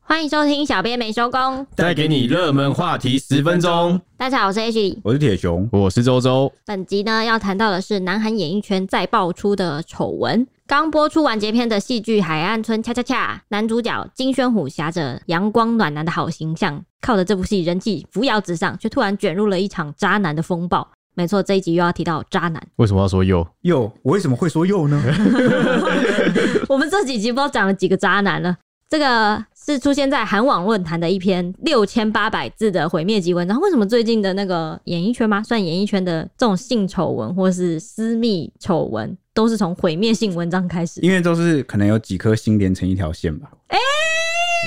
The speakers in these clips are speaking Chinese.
欢迎收听《小编没收工》。带给你热门话题十分钟。大家好，我是 H。我是铁熊，我是周周，本集呢要谈到的是南韩演艺圈再爆出的丑闻。刚播出完结篇的戏剧《海岸村恰恰恰》，男主角金宣虎挟着阳光暖男的好形象，靠着这部戏人气扶摇直上，却突然卷入了一场渣男的风暴。没错，这一集又要提到渣男。为什么要说又？又我为什么会说又 呢？ 我们这几集不知道讲了几个渣男了。这个是出现在韩网论坛的一篇六千八百字的毁灭级文章。为什么最近的那个演艺圈吗？算演艺圈的这种性丑闻或是私密丑闻，都是从毁灭性文章开始。因为都是可能有几颗星连成一条线吧，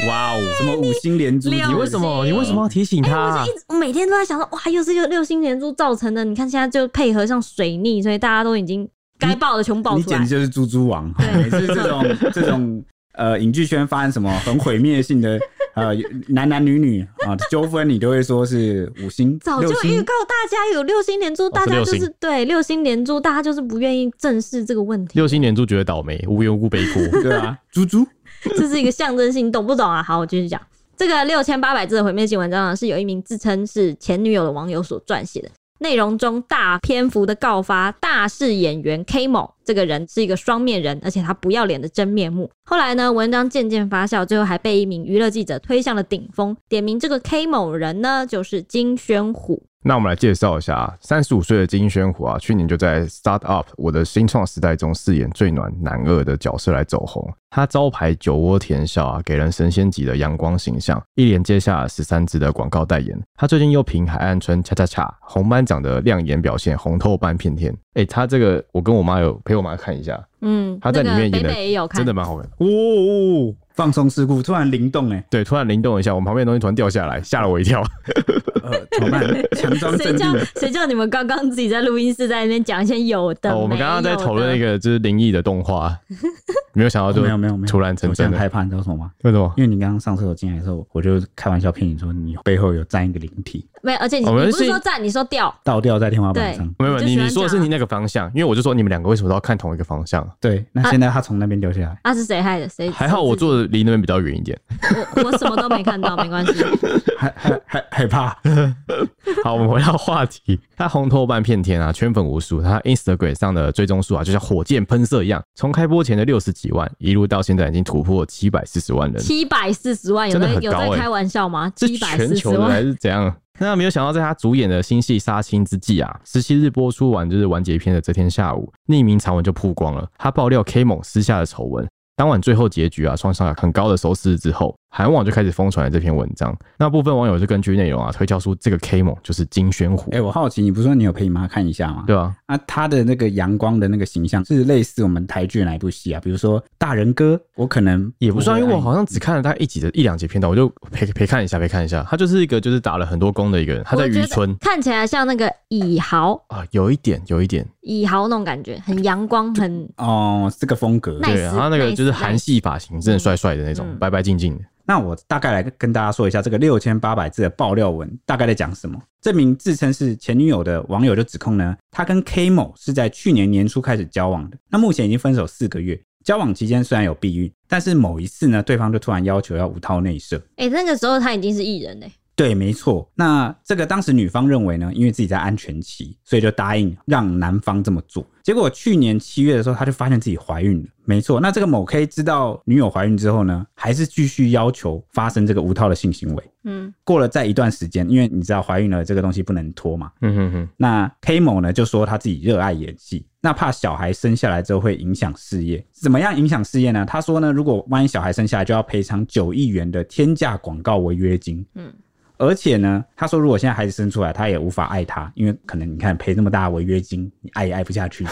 哇哦！什么五星连珠，你你为什么？你为什么要提醒哎我啊他就一？直我每天都在想说，哇，又是六六星连珠造成的。你看现在就配合上水逆，所以大家都已经该爆的全部爆你出简来直。就是猪猪王，对 每次这种 这种呃影剧圈发生什么很毁灭性的呃男男女女啊纠纷，你都会说是五星早就六预星。哦告大家有六星连珠，大是家六就是星对六星连珠，大家就是不愿意正视这个问题。六星连珠觉得倒霉，无缘无故背锅。对啊，猪猪这是一个象征性，你懂不懂啊？好，我继续讲。这个六千八百字的毁灭性文章呢，是有一名自称是前女友的网友所撰写的，内容中大篇幅的告发大势演员 K 某这个人是一个双面人，而且他不要脸的真面目。后来呢，文章渐渐发酵，最后还被一名娱乐记者推向了顶峰，点名这个 K 某人呢，就是金宣虎。那我们来介绍一下，三十五岁的金宣虎啊，去年就在《Start Up 我的新创时代》中饰演最暖男二的角色来走红。他招牌酒窝甜笑啊，给人神仙级的阳光形象，一连接下十三支的广告代言。他最近又凭《海岸村恰恰恰》红班长的亮眼表现，红透半片天。哎、他这个我跟我妈有陪我妈看一下，嗯，他在里面那演个的北北也有看，真的蛮好看的。哦哦，放松事故突然灵动哎、对，突然灵动一下，我们旁边的东西突然掉下来，吓了我一跳。呃，怎么办？强装谁镇叫定，谁叫你们刚刚自己在录音室在那边讲一些有的、哦我们刚刚在讨论那个，个就是灵异的动画，没有想到就哦没有没有没有，突然成我现真在的，害怕，你知道什么吗？为什么？因为你刚刚上厕所进来的时候，我就开玩笑骗你说你背后有站一个灵体，没有，而且你我们你不是是说站，你说掉，倒吊在天花板对上。没有，你就你喜欢你说的是讲啊你那个方向，因为我就说你们两个为什么都要看同一个方向？对，那现在他从那边掉下来，啊是谁害的？谁还好我，坐的离那边比较远一点。 我我什么都没看 到，没关系。害害害害怕。好，我们回到话题，他红透半片天啊，圈粉无数，他 Instagram 上的追踪数啊，就像火箭喷射一样，从开播前的六十几万，一路到现在已经突破七百四十万人，七百四十万，有真的在很有在高欸开玩笑吗？是七百全四十球的还万，是怎 样？那没有想到，在他主演的新戏《杀青之际》啊，十七日播出完就是完结篇的这天下午，匿名长文就曝光了他爆料 K 某私下的丑闻。当晚最后结局啊，创上了很高的收视之后，韩网就开始疯传了这篇文章。那部分网友就根据内容啊，推敲出这个 K 某就是金宣虎，哎、我好奇，你不是说你有陪你妈看一下吗？对啊，啊，他的那个阳光的那个形象是类似我们台剧的哪一部戏啊？比如说《大人哥》，我可能也不会算，因为爱我你好像只看了大概一集的一两集片段，我就陪陪看一下，陪看一下。他就是一个就是打了很多工的一个人，他在我觉渔得村看起来像那个以豪，啊，有一点，有一点，以豪那种感觉，很阳光，很哦，这个风格。那对， nice，他那个就是 nice，韩系发型，真的帅帅的那嗯种，白白净净的。那我大概来跟大家说一下这个六千八百字的爆料文大概在讲什么。这名自称是前女友的网友就指控呢，他跟 K 某是在去年年初开始交往的，那目前已经分手四个月。交往期间虽然有避孕，但是某一次呢，对方就突然要求要无套内射，哎、那个时候他已经是艺人嘞、对，没错。那这个当时女方认为呢，因为自己在安全期，所以就答应让男方这么做。结果去年七月的时候，她就发现自己怀孕了。没错，那这个某 K 知道女友怀孕之后呢，还是继续要求发生这个无套的性行为。嗯，过了在一段时间，因为你知道怀孕了这个东西不能拖嘛，嗯哼哼，那 K 某呢就说他自己热爱演戏，那怕小孩生下来之后会影响事业，怎么样影响事业呢？他说呢，如果万一小孩生下来就要赔偿九亿元的天价广告违约金，嗯嗯。而且呢，他说如果现在孩子生出来，他也无法爱他，因为可能你看赔那么大的违约金，你爱也爱不 下去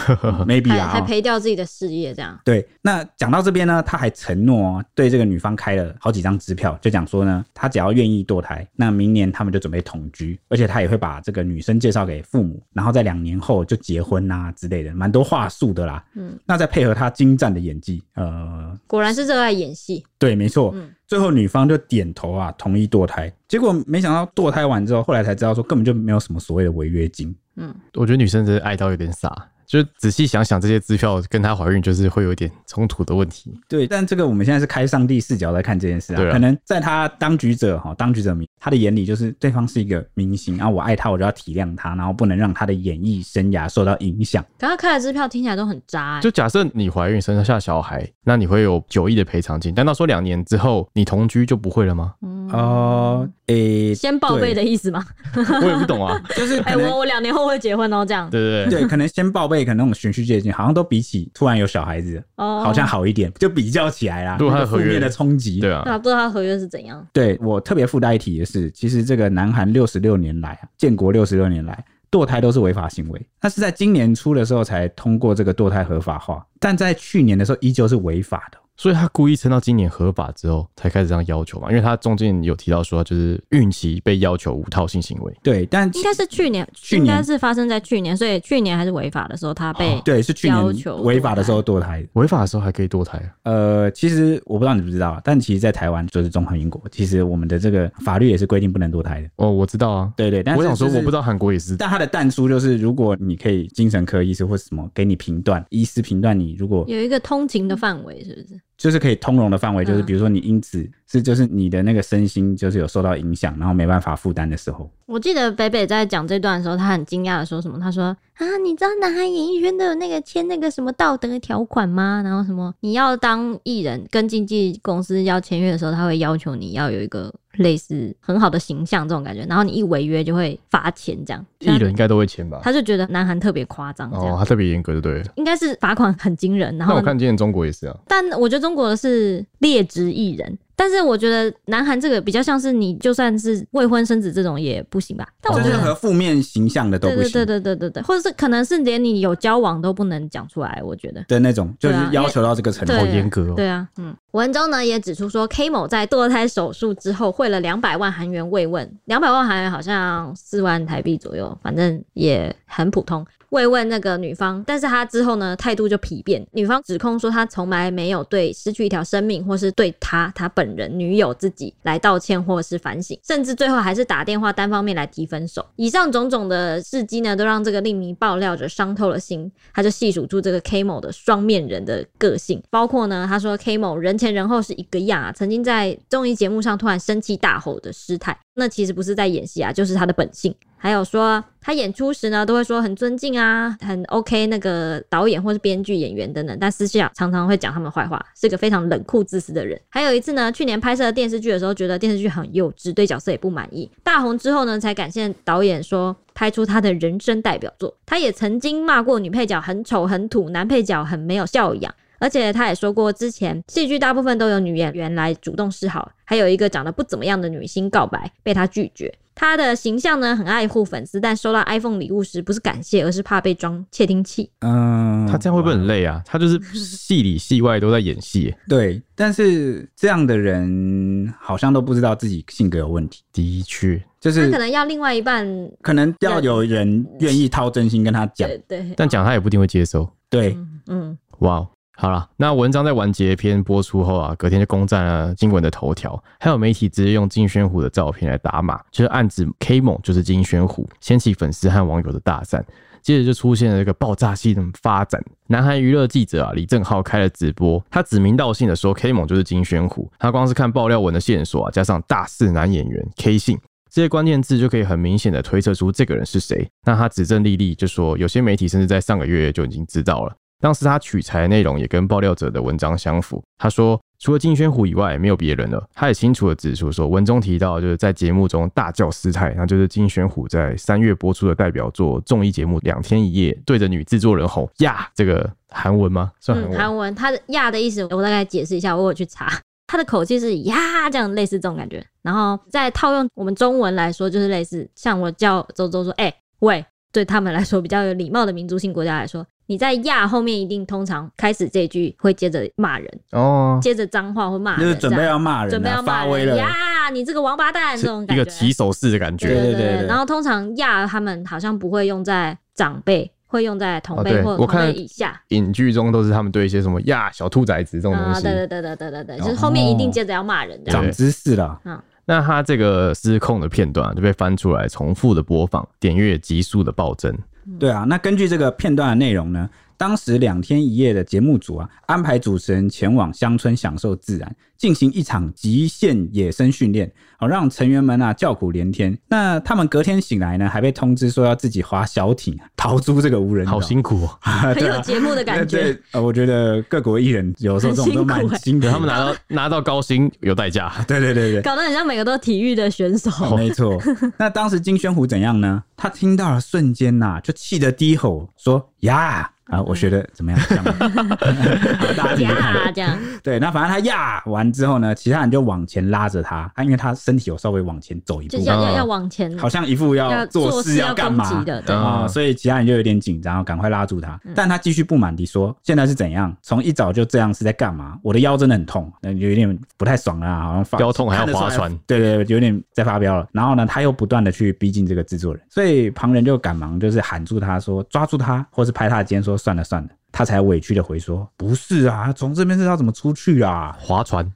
，maybe 还啊啦、还哦赔掉自己的事业这样。对，那讲到这边呢，他还承诺、哦、对这个女方开了好几张支票，就讲说呢，他只要愿意堕胎，那明年他们就准备同居，而且他也会把这个女生介绍给父母，然后在两年后就结婚呐、之类的，蛮多话术的啦。嗯嗯，那再配合他精湛的演技，呃，果然是热爱演戏，对，没错。嗯最后女方就点头啊，同意堕胎。结果没想到堕胎完之后，后来才知道说根本就没有什么所谓的违约金。嗯，我觉得女生真的爱到有点傻，就仔细想想，这些支票跟她怀孕就是会有一点冲突的问题。对，但这个我们现在是开上帝视角来看这件事啊，对啊可能在他当局者哈，当局者迷，他的眼里就是对方是一个明星啊，我爱他，我就要体谅他，然后不能让他的演艺生涯受到影响。刚刚开的支票听起来都很渣、欸，就假设你怀孕生下小孩，那你会有九亿的赔偿金，但到说两年之后你同居就不会 了吗？嗯哦、诶、先报备的意思吗？我也不懂啊，就是哎、可能、我我两年后会结婚哦，这样对不对？对，可能先报备，可能那种循序渐进，好像都比起突然有小孩子，哦，好像好一点，就比较起来啦，如果他那的个合负约面的冲击，对对啊，啊，不知道他合约是怎样，对我特别附带一提的是，其实这个南韩六十六年来啊，建国六十六年来，堕胎都是违法行为。那是在今年初的时候才通过这个堕胎合法化，但在去年的时候依旧是违法的。所以他故意撑到今年合法之后才开始这样要求嘛，因为他中间有提到说，就是孕期被要求无套性行为，对，但应该是去年，去应年哦该是发生在去年，所以去年还是违法的时候，他被、对是去要求堕年胎违法的时候堕胎的。违法的时候还可以堕胎啊，呃，其实我不知道你知不知道，啊但其实，在台湾就是中华民国，其实我们的这个法律也是规定不能堕胎的。哦，我知道啊，对对，但是我想说就是我不知道韩国也是，但他的淡书就是，如果你可以精神科医师或什么给你评断，医师评断你如果有一个通勤的范围，是不是？就是可以通融的范围，就是嗯比如说你因此是就是你的那个身心就是有受到影响，然后没办法负担的时候，我记得北北在讲这段的时候，他很惊讶的说什么？他说：“啊，你知道南韩演艺圈都有那个签那个什么道德的条款吗？然后什么你要当艺人跟经纪公司要签约的时候，他会要求你要有一个类似很好的形象这种感觉，然后你一违约就会罚钱这样。”艺人应该都会签吧？他就觉得南韩特别夸张这哦，样。他特别严格就对了。应该是罚款很惊人，然那后我看今年中国也是啊，但我觉得中国的是劣质艺人，但是我觉得南韩这个比较像是你就算是未婚生子这种也不行吧？但我就觉是得和负面形象的都对不对对行对对对对，或者是可能是连你有交往都不能讲出来，我觉得。的那种，就对是啊要求到这个程度。对好严格哦。对啊，嗯，文中呢也指出说，K 某在堕胎手术之后汇了两百万韩元慰问，两百万韩元好像四万台币左右，反正也很普通。慰问那个女方，但是他之后呢态度就疲变，女方指控说他从来没有对失去一条生命或是对他他本人女友自己来道歉或是反省，甚至最后还是打电话单方面来提分手。以上种种的事迹呢，都让这个令迷爆料者伤透了心，他就细数出这个 K 某的双面人的个性，包括呢，他说 K 某人前人后是一个样啊，曾经在综艺节目上突然生气大吼的失态，那其实不是在演戏啊，就是他的本性。还有说他演出时呢，都会说很尊敬啊，很 OK 那个导演或是编剧、演员等等，但私下常常会讲他们坏话，是个非常冷酷自私的人。还有一次呢，去年拍摄电视剧的时候，觉得电视剧很幼稚，对角色也不满意。大红之后呢，才感谢导演说拍出他的人生代表作。他也曾经骂过女配角很丑、很土，男配角很没有教养。而且他也说过，之前戏剧大部分都有女演员来主动示好，还有一个长得不怎么样的女星告白被他拒绝。他的形象呢很爱护粉丝，但收到 iPhone 礼物时不是感谢，而是怕被装窃听器。嗯，他这样会不会很累啊？他就是戏里戏外都在演戏耶，对，但是这样的人好像都不知道自己性格有问题，的确。就他是可能要另外一半，可能要有人愿意掏真心跟他讲。对对，但讲他也不一定会接收。对，嗯，哇、哦，好啦，那文章在完结篇播出后啊，隔天就攻占了新闻的头条，还有媒体直接用金宣虎的照片来打码，就是暗指 K 猛就是金宣虎，掀起粉丝和网友的大战。接着就出现了这个爆炸性的发展。南韩娱乐记者啊李正浩开了直播，他指名道姓的说 K 猛就是金宣虎。他光是看爆料文的线索啊，加上大四男演员 K 姓，这些关键字就可以很明显的推测出这个人是谁。那他指证莉莉就说，有些媒体甚至在上个月就已经知道了。当时他取材的内容也跟爆料者的文章相符。他说，除了金宣虎以外，没有别人了。他也清楚的指出说，文中提到就是在节目中大叫失态，那就是金宣虎在三月播出的代表作综艺节目《两天一夜》，对着女制作人吼呀，这个韩文吗？算韩嗯，文。韩文他的“呀”的意思，我大概解释一下，我有去查， 他的口气是“呀”这样，类似这种感觉。然后再套用我们中文来说，就是类似像我叫周周说“哎、喂”，对他们来说比较有礼貌的民族性国家来说，你在“呀”后面一定通常开始这句会接着骂人，哦，接着脏话或骂人就这是样，准备要骂人准备了、要骂发威人。了呀，你这个王八蛋这种一感觉，个起手式的感对觉。对对对对对。对然后通常亚他们好像不会用在长辈，会用在同哦辈对或我同看辈以下。影剧中都是他们对一些什么呀小兔崽子这种东啊，西，对对对对对对对，就是后面一定接着要骂人这样。长知识了，那他这个失控的片段啊就被翻出来，重复的播放，点阅急速的暴增。对啊，那根据这个片段的内容呢，当时两天一夜的节目组啊，安排主持人前往乡村享受自然，进行一场极限野生训练，好、让成员们啊叫苦连天。那他们隔天醒来呢，还被通知说要自己划小艇啊逃出这个无人岛。好辛苦 哦！ 很有节目的感啊对觉。对呃，我觉得各国艺人有时候这种都蛮很欸辛苦对的，他们拿到拿到高薪有代价，对对对对，搞得很像每个都是体育的选手，哦没 错。那当时金宣虎怎样呢？他听到了瞬间呐、就气得低吼说：“呀！”嗯啊，我学的怎么样？ 这样吗大家自己去看呀，这样对，那反正他压完之后呢，其他人就往前拉着他，啊他因为他身体有稍微往前走一就 步是，要要要往前，好像一副要要做做事事要要干攻嘛击的，嗯对，啊、嗯所以其他人就有点紧张，赶快拉住他。但他继续不满地说：“现在是怎样？从一早就这样是在干嘛？我的腰真的很痛，那有点不太爽啦，好像发腰痛还要看得出来划船对对，有点在发飙了。然后呢，他又不断的去逼近这个制作人，所以旁人就赶忙就是喊住他说：抓住他，或是拍他的肩说：算了算了。”他才委屈的回说：“不是啊，从这边是要怎么出去啊？划船。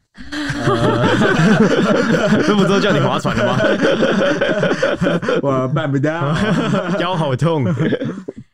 呃 这不都叫你划船了吗？我办不到。腰好痛，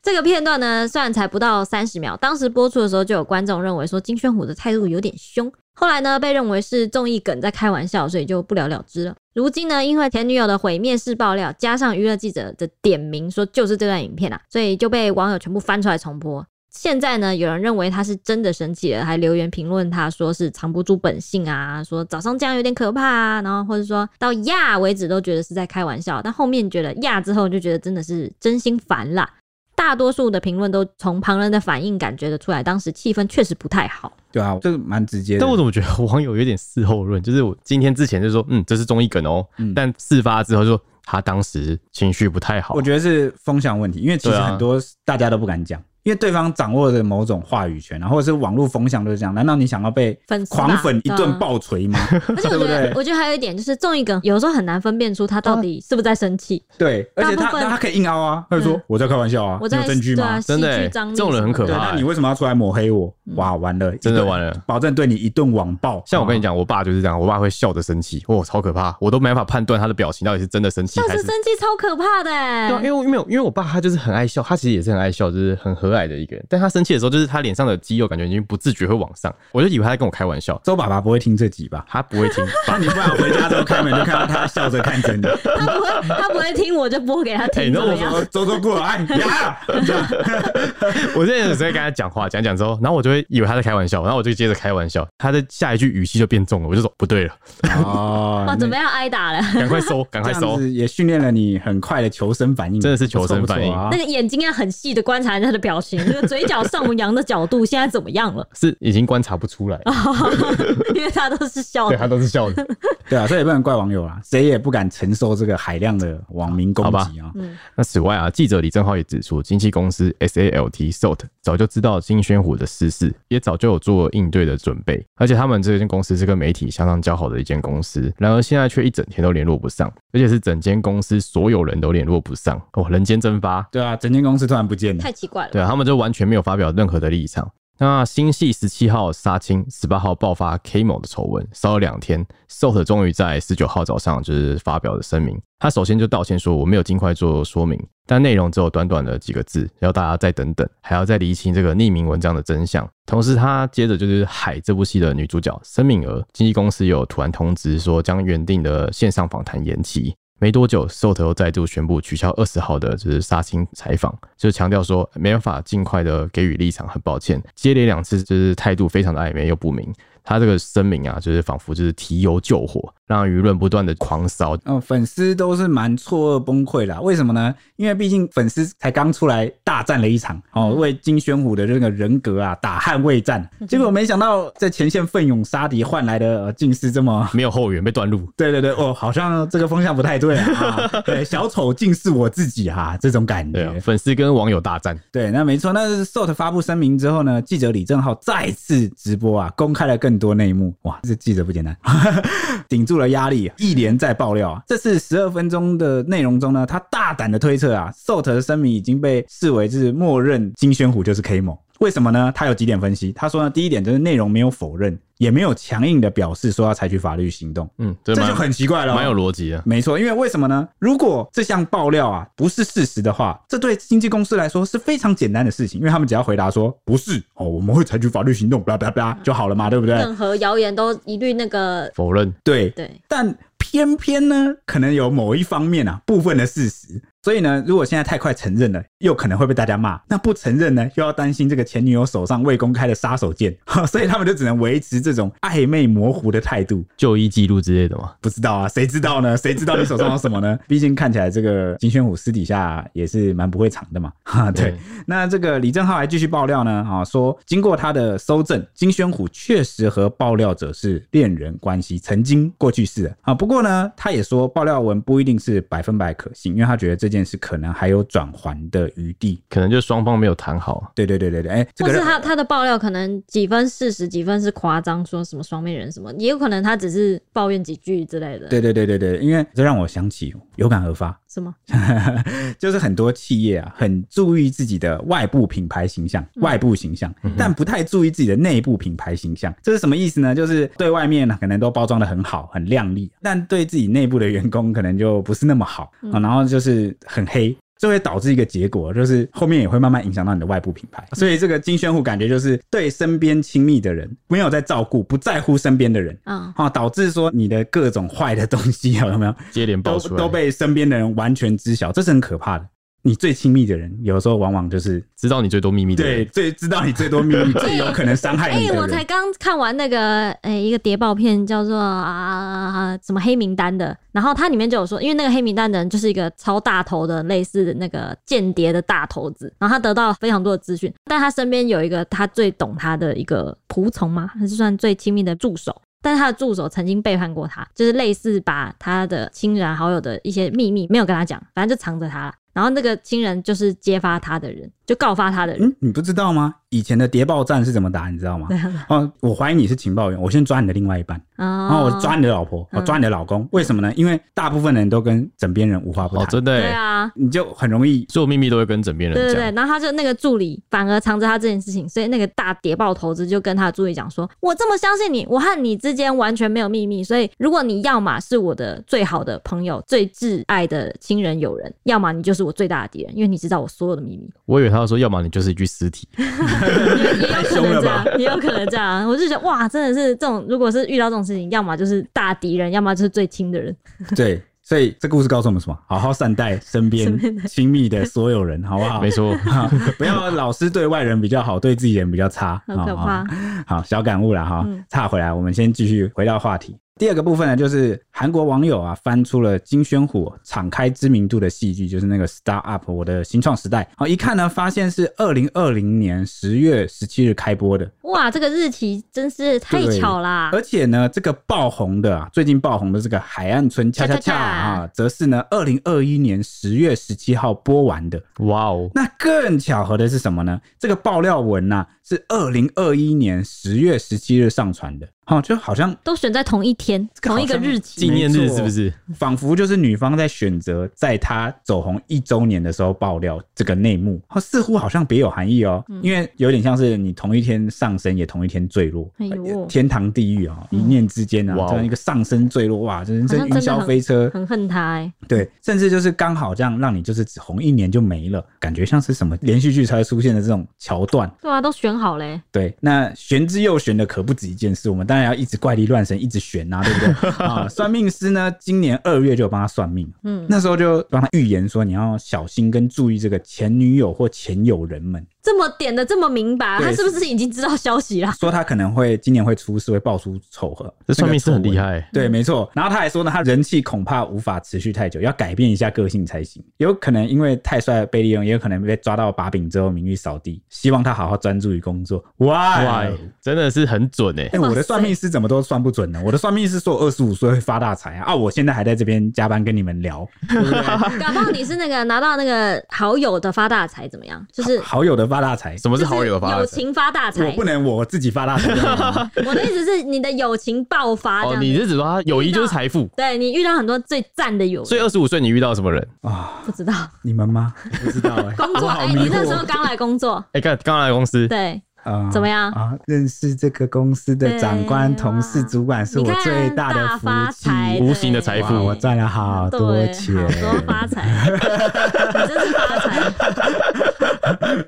这个片段呢，虽然才不到三十秒，当时播出的时候就有观众认为说金宣虎的态度呃有点凶，后来呢被认为是综艺梗在开玩笑，所以就不了了之了。如今呢，因为前女友的毁灭式爆料，加上娱乐记者的点名说就是这段影片啊，所以就被网友全部翻出来重播。现在呢，有人认为他是真的生气了，还留言评论他说是藏不住本性啊，说早上这样有点可怕啊，然后或者说到呀为止都觉得是在开玩笑，但后面觉得呀之后就觉得真的是真心烦啦。大多数的评论都从旁人的反应感觉得出来，当时气氛确实不太好。对啊，这个蛮直接的。但我怎么觉得网友有点事后论？就是我今天之前就说，嗯，这是综艺梗哦，嗯但事发之后就说他当时情绪不太好，我觉得是风向问题，因为其实对啊很多大家都不敢讲，因为对方掌握着某种话语权，然后啊或者是网络风向都是这样。难道你想要被粉丝吧狂粉一对啊顿暴锤吗？而且我对不觉得对，啊我觉得还有一点就是综艺梗，有时候很难分辨出他到底是不是在生气。对，而且他大部分那他可以硬凹啊，他就说嗯我在开玩笑啊，我你在有证据对吗啊，？戏真的欸剧张力这种人很可什么怕对，的啊那你为什么要出来抹黑我？哇，完了，真的一顿完了保证对你一顿网暴。像我跟你讲，我爸就是这样，我爸会笑着生气，哇，超可怕，我都没法判断他的表情到底是真的生气笑还是是。生气超可怕的、欸对啊，因为我没有，因为我爸他就是很爱笑，他其实也是很爱笑，就是很和蔼的一个人。但他生气的时候，就是他脸上的肌肉感觉已经不自觉会往上，我就以为他在跟我开玩笑，周爸爸不会听这 集吧？他不 会听。爸那你不然回家之后开门就看到他笑着看着你，他不会， 他不会听，我就播给他哎听，你知怎道么我样？说周周过来呀，这样我之前有时候跟他讲话，讲讲之后，然后我就会以为他在开玩笑，然后我就接着开玩笑，他的下一句语气就变重了，我就说不对了，哦哇，那准备要挨打了，啊赶快收，赶这快样收。子也训练了你很快的求生反应，真的是求生反应不错不错啊那个眼睛要很细的观察人家的表情，那个嘴角上扬的角度现在怎么样了？是已经观察不出哦来，因为他都是笑对他的。都是笑的。对啊，所以也不能怪网友啦，谁也不敢承受这个海量的网民攻击啊。那此外啊，记者李正浩也指出，经纪公司 SALT SALT 早就知道金宣虎的私事，也早就有做应对的准备。而且他们这间公司是跟媒体相当交好的一间公司，然而现在却一整天都联络不上，而且是整间公司所有人都联络不上，哦，人间蒸发。对啊，整间公司突然不见了太，奇怪了，对啊，他们就完全没有发表任何的立场。那新系十七号杀青，十八号爆发 K 某的丑闻，烧了两天，SOT 终于在十九号早上就是发表了声明。他首先就道歉说我没有尽快做说明，但内容只有短短的几个字，要大家再等等，还要再厘清这个匿名文章的真相。同时，他接着就是《海》这部戏的女主角申敏儿，经纪公司有突然通知说将原定的线上访谈延期，没多久，SOT 又再度宣布取消二十号的就是杀青采访，就是强调说没办法尽快的给予立场，很抱歉。接连两次就是态度非常的暧昧又不明，他这个声明啊，就是仿佛就是提油救火，让舆论不断的狂烧。嗯，粉丝都是蛮错愕崩溃啦。为什么呢？因为毕竟粉丝才刚出来大战了一场嗯哦，为金宣虎的这个人格啊打捍卫 战，结果没想到在前线奋勇杀敌换来的、呃竟是这么。 没有后援被断路，对对对，哦，好像这个风向不太对啊！啊 对，小丑竟是我自己哈、这种感对觉。啊，粉丝跟网友大战，对，那没错。那是 SOT 发布声明之后呢，记者李正浩再次直播啊，公开了更多内幕。哇，这记者不简单， 顶住了压力，一连再爆料啊。这次十二分钟的内容中呢，他大胆的推测啊，SOT 的声明已经被视为是默认金宣虎就是 K 某。为什么呢？他有几点分析。他说呢，第一点就是内容没有否认，也没有强硬的表示说要采取法律行动，嗯，这这蛮就很奇怪了哦。蛮有逻辑的。没错，因为为什么呢？如果这项爆料啊不是事实的话，这对经纪公司来说是非常简单的事情，因为他们只要回答说不是哦，我们会采取法律行动，巴拉巴拉巴拉就好了嘛，对不对？任何谣言都一律那个否认，对，嗯对，但偏偏呢，可能有某一方面啊部分的事实，所以呢，如果现在太快承认了，又可能会被大家骂；那不承认呢，又要担心这个前女友手上未公开的杀手锏， 所以他们就只能维持这种暧昧模糊的态度。就医记录之类的嘛。不知道啊，谁知 道呢？谁知道你手上有什么呢？毕竟看起来这个金宣虎私底下也是蛮不会藏的嘛。 哈，对。嗯那这个李正浩还继续爆料呢，啊，说经过他的搜证，金宣虎确实和爆料者是恋人关系，曾经过去式的啊。不过呢，他也说爆料文不一定是百分百可信，因为他觉得这件事可能还有转圜的余地。可能就双方没有谈好，对对对对对，哎、这或个是他他的爆料可能几分事实，几分是夸张，说什么双面人什么，也有可能他只是抱怨几句之类的。对对对对对，因为这让我想起有感而发，什么？就是很多企业啊，很注意自己的外部品牌形象、外部形象，但不太注意自己的内部品牌形象。这是什么意思呢？就是对外面呢可能都包装的很好、很靓丽，但对自己内部的员工可能就不是那么好、啊，然后就是很黑。这会导致一个结果，就是后面也会慢慢影响到你的外部品牌。所以这个金宣虎感觉就是对身边亲密的人没有在照顾，不在乎身边的人嗯，啊，导致说你的各种坏的东西有没有？接连爆都出来，都被身边的人完全知晓，这是很可怕的。你最亲密的人，有时候往往就是知道你最多秘密的对人，最知道你最多秘密、最有可能伤害哎、你的我才人。刚看完那个哎、一个谍报片，叫做啊、什么黑名单的，然后它里面就有说，因为那个黑名单的人就是一个超大头的，类似那个间谍的大头子，然后他得到非常多的资讯，但他身边有一个他最懂他的一个仆从嘛，还是算最亲密的助手。但是他的助手曾经背叛过他，就是类似把他的亲人好友的一些秘密没有跟他讲，反正就藏着他了。然后那个亲人就是揭发他的人，就告发他的人。嗯，你不知道吗？以前的谍报战是怎么打，你知道 吗？哦，我怀疑你是情报员，我先抓你的另外一半，然后哦我抓你的老婆，我嗯抓你的老公。为什么呢？因为大部分人都跟枕边人无话不哦，谈，真的对欸耶，啊，你就很容 易所有秘密都会跟枕边对人对讲对，，然后他就那个助理反而藏着他这件事情，所以那个大谍报投资就跟他的助理讲说：“我这么相信你，我和你之间完全没有秘密，所以如果你要么是我的最好的朋友、最挚爱的亲人友人，要么你就是我最大的敌人，因为你知道我所有的秘 密。我以为他说，要么你就是一具尸体，也有可凶能了这吧样，也有可能这样。我就觉得哇，真的是这种，如果是遇到这种事情，要么就是大敌人，要么就是最亲 的人。对。所以这故事告诉我们什么？好好善待身边 亲密的所有人，好不好？ 没错， 啊不要老是对外人比较好，对自己人比较差，很可怕啊啊好，小感悟了哈嗯，岔回来，我们先继续回到话题。第二个部分呢，就是韩国网友啊翻出了金宣虎敞开知名度的戏剧，就是那个《Star Up 我的新创时代》啊，一看呢发现是二零二零年十月十七日开播的，哇，这个日期真是太对呃巧啦！而且呢这个爆红的啊，最近爆红的这个《海岸村恰恰恰恰恰》恰啊，则是呢二零二一年十月十七号播完的，哇哦，那更巧合的是什么呢？这个爆料文呐、啊是二零二一年十月十七日上传的，哦，就好像都选在同一天、个好同一个像日期，纪念日是不是？仿佛就是女方在选择在她走红一周年的时候爆料这个内幕，哦，似乎好像别有含义哦，嗯因为有点像是你同一天上升，也同一天坠落。哎呦，嗯天堂地狱啊、哦，一念之间啊，哇哦这样一个上升坠落，哇，真好是像真的云霄很飞车，很恨他哎、对，甚至就是刚好这样让你就是只红一年就没了，感觉像是什么连续剧才会出现的这种桥段。对啊，都选好嘞，对，那玄之又玄的可不止一件事，我们当然要一直怪力乱神，一直玄啊，对不 对？啊，算命师呢，今年二月就有帮他算命，嗯那时候就帮他预言说你要小心跟注意这个前女友或前友人们，这么点的这么明白，对他是不是已经知道消息啦？说他可能会今年会出事，会爆出丑合。这算命师很厉害。害，嗯对，没错。然后他还说呢，他人气恐怕无法持续太久，要改变一下个性才行。有可能因为太帅被利用，也有可能被抓到把柄之后名誉扫地。希望他好好专注于工作。哇哇，真的是很准哎，欸哎、我的算命师怎么都算不准呢？我的算命师说我二十五岁会发大财啊！啊，我现在还在这边加班跟你们聊，对不对 搞不好你是那个拿到那个好友的发大财怎么样？就是好友的发大财，什么是好友的就是发友财？情发大我财不。能我自己发大财。 我的意思是你的友情爆啊发这哦，样你子。是指说他友谊就是财富？对你遇到很多最赞的友人，所以二十五岁你遇到什么人？不知道啊你们吗？不知道哎、工作我哎、 好迷你那时候惑刚来工 作， 哎，刚刚来公司，对，啊怎么样啊？认识这个公司的长官、对啊同事、主管是你我看最大的福发气。财，无形的财对富哇，我赚了好对，多钱，好多发财， 你真是发财，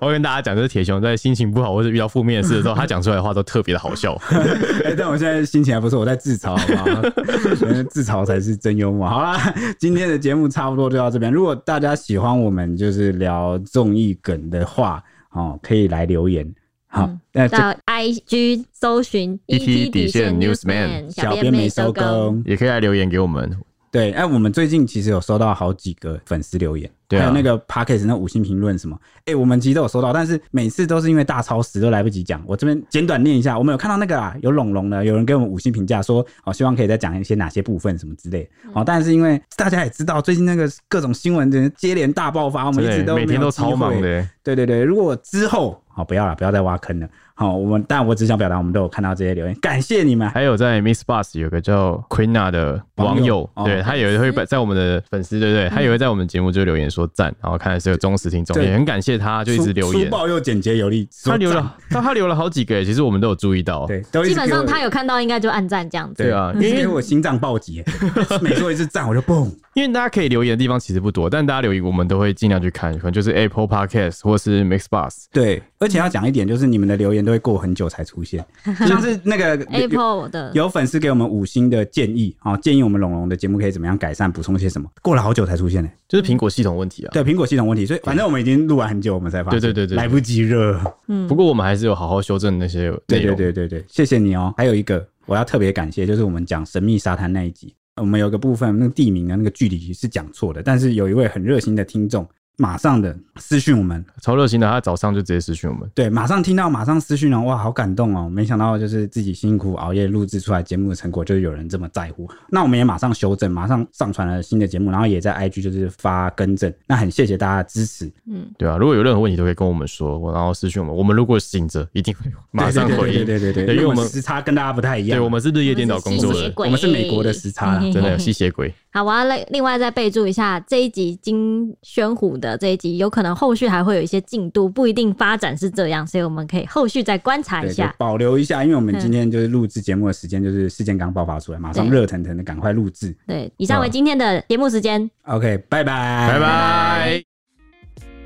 我要跟大家讲，就是铁熊在心情不好或者遇到负面的事的时候，他讲出来的话都特别的好 笑。哎、但我现在心情还不错，我在自嘲，好不好？嗯自嘲才是真幽默。好啦，今天的节目差不多就到这边。如果大家喜欢我们就是聊综艺梗的话，哦，可以来留言。好嗯，那、这到 IG 搜寻 E E ET 底线 Newsman 小编编没没收收工，工。也可以来留言给我们，对，哎、我们最近其实有收到好几个粉丝留言，对啊还有那个 p a c k e t 那五星评论什么，哎、我们其实都有收到，但是每次都是因为大超时都来不及讲。我这边简短念一下，我们有看到那个啊，有龙龙的，有人给我们五星评价说，哦，希望可以再讲一些哪些部分什么之类的。嗯哦，但是因为大家也知道，最近那个各种新闻真的接连大爆发，我们一直真都的每天没有都机会超忙的。欸。对对对，如果之后好、不要了，不要再挖坑了。好、我们但我只想表达，我们都有看到这些留言，感谢你们。还有在 Miss Bus 有个叫 Queenna 的网网友友，哦对他也会在我们的粉丝，对不对？他也会在我们节目就留言说赞，然后看来是个忠实听众，对也很感谢他，就一直留粗言粗。暴又简洁有力，他留说了，他他留了好几个欸，其实我们都有注意到。对，都一直基本给上我他有看到应该就按赞这样子。对啊，因因为为我心脏暴击， 每说一次赞我就蹦。因为大家可以留言的地方其实不多，但大家留言我们都会尽量去看，可能就是 Apple Podcast 或是 Mix Bus。对，而且要讲一点，就是你们的留言都会过很久才出现，像是那个有 Apple 的有粉丝给我们五星的建议啊、哦建议我们龙龙的节目可以怎么样改善，补充些什么，过了好久才出现呢。就是苹果系统问题啊。对，苹果系统问题，所以反正我们已经录完很久，我们才发现，对对对对对来不及热。嗯不过我们还是有好好修正那些内对容。对对对对，谢谢你哦。还有一个我要特别感谢，就是我们讲神秘沙滩那一集，我们有个部分那个地名的那个距离是讲错的，但是有一位很热心的听众，马上的私讯我们，超热心的，他早上就直接私讯我们。对，马上听到，马上私讯了，哇，好感动哦！没想到就是自己辛苦熬夜录制出来节目的成果，就是有人这么在乎。那我们也马上修正，马上上传了新的节目，然后也在 IG 就是发更正。那很谢谢大家的支持，嗯，对啊，如果有任何问题都可以跟我们说，然后私讯我们，我们如果醒着一定会马上回 对应。对对对对对，因为我们时差跟大家不太一样，对，我们是日夜颠倒工我作们是吸血的，鬼嗯我们是美国的时差啦，真的有吸血 鬼。好，我要另另外再备注一下，这一集金宣虎的这一集，有可能后续还会有一些进度，不一定发展是这样，所以我们可以后续再观察一对，就下。保留一下，因为我们今天就是录制节目的时间，就是事件刚爆发出来，马上对热腾腾的赶快录制。对，以上为今天的节目时间， OK，拜拜，拜拜。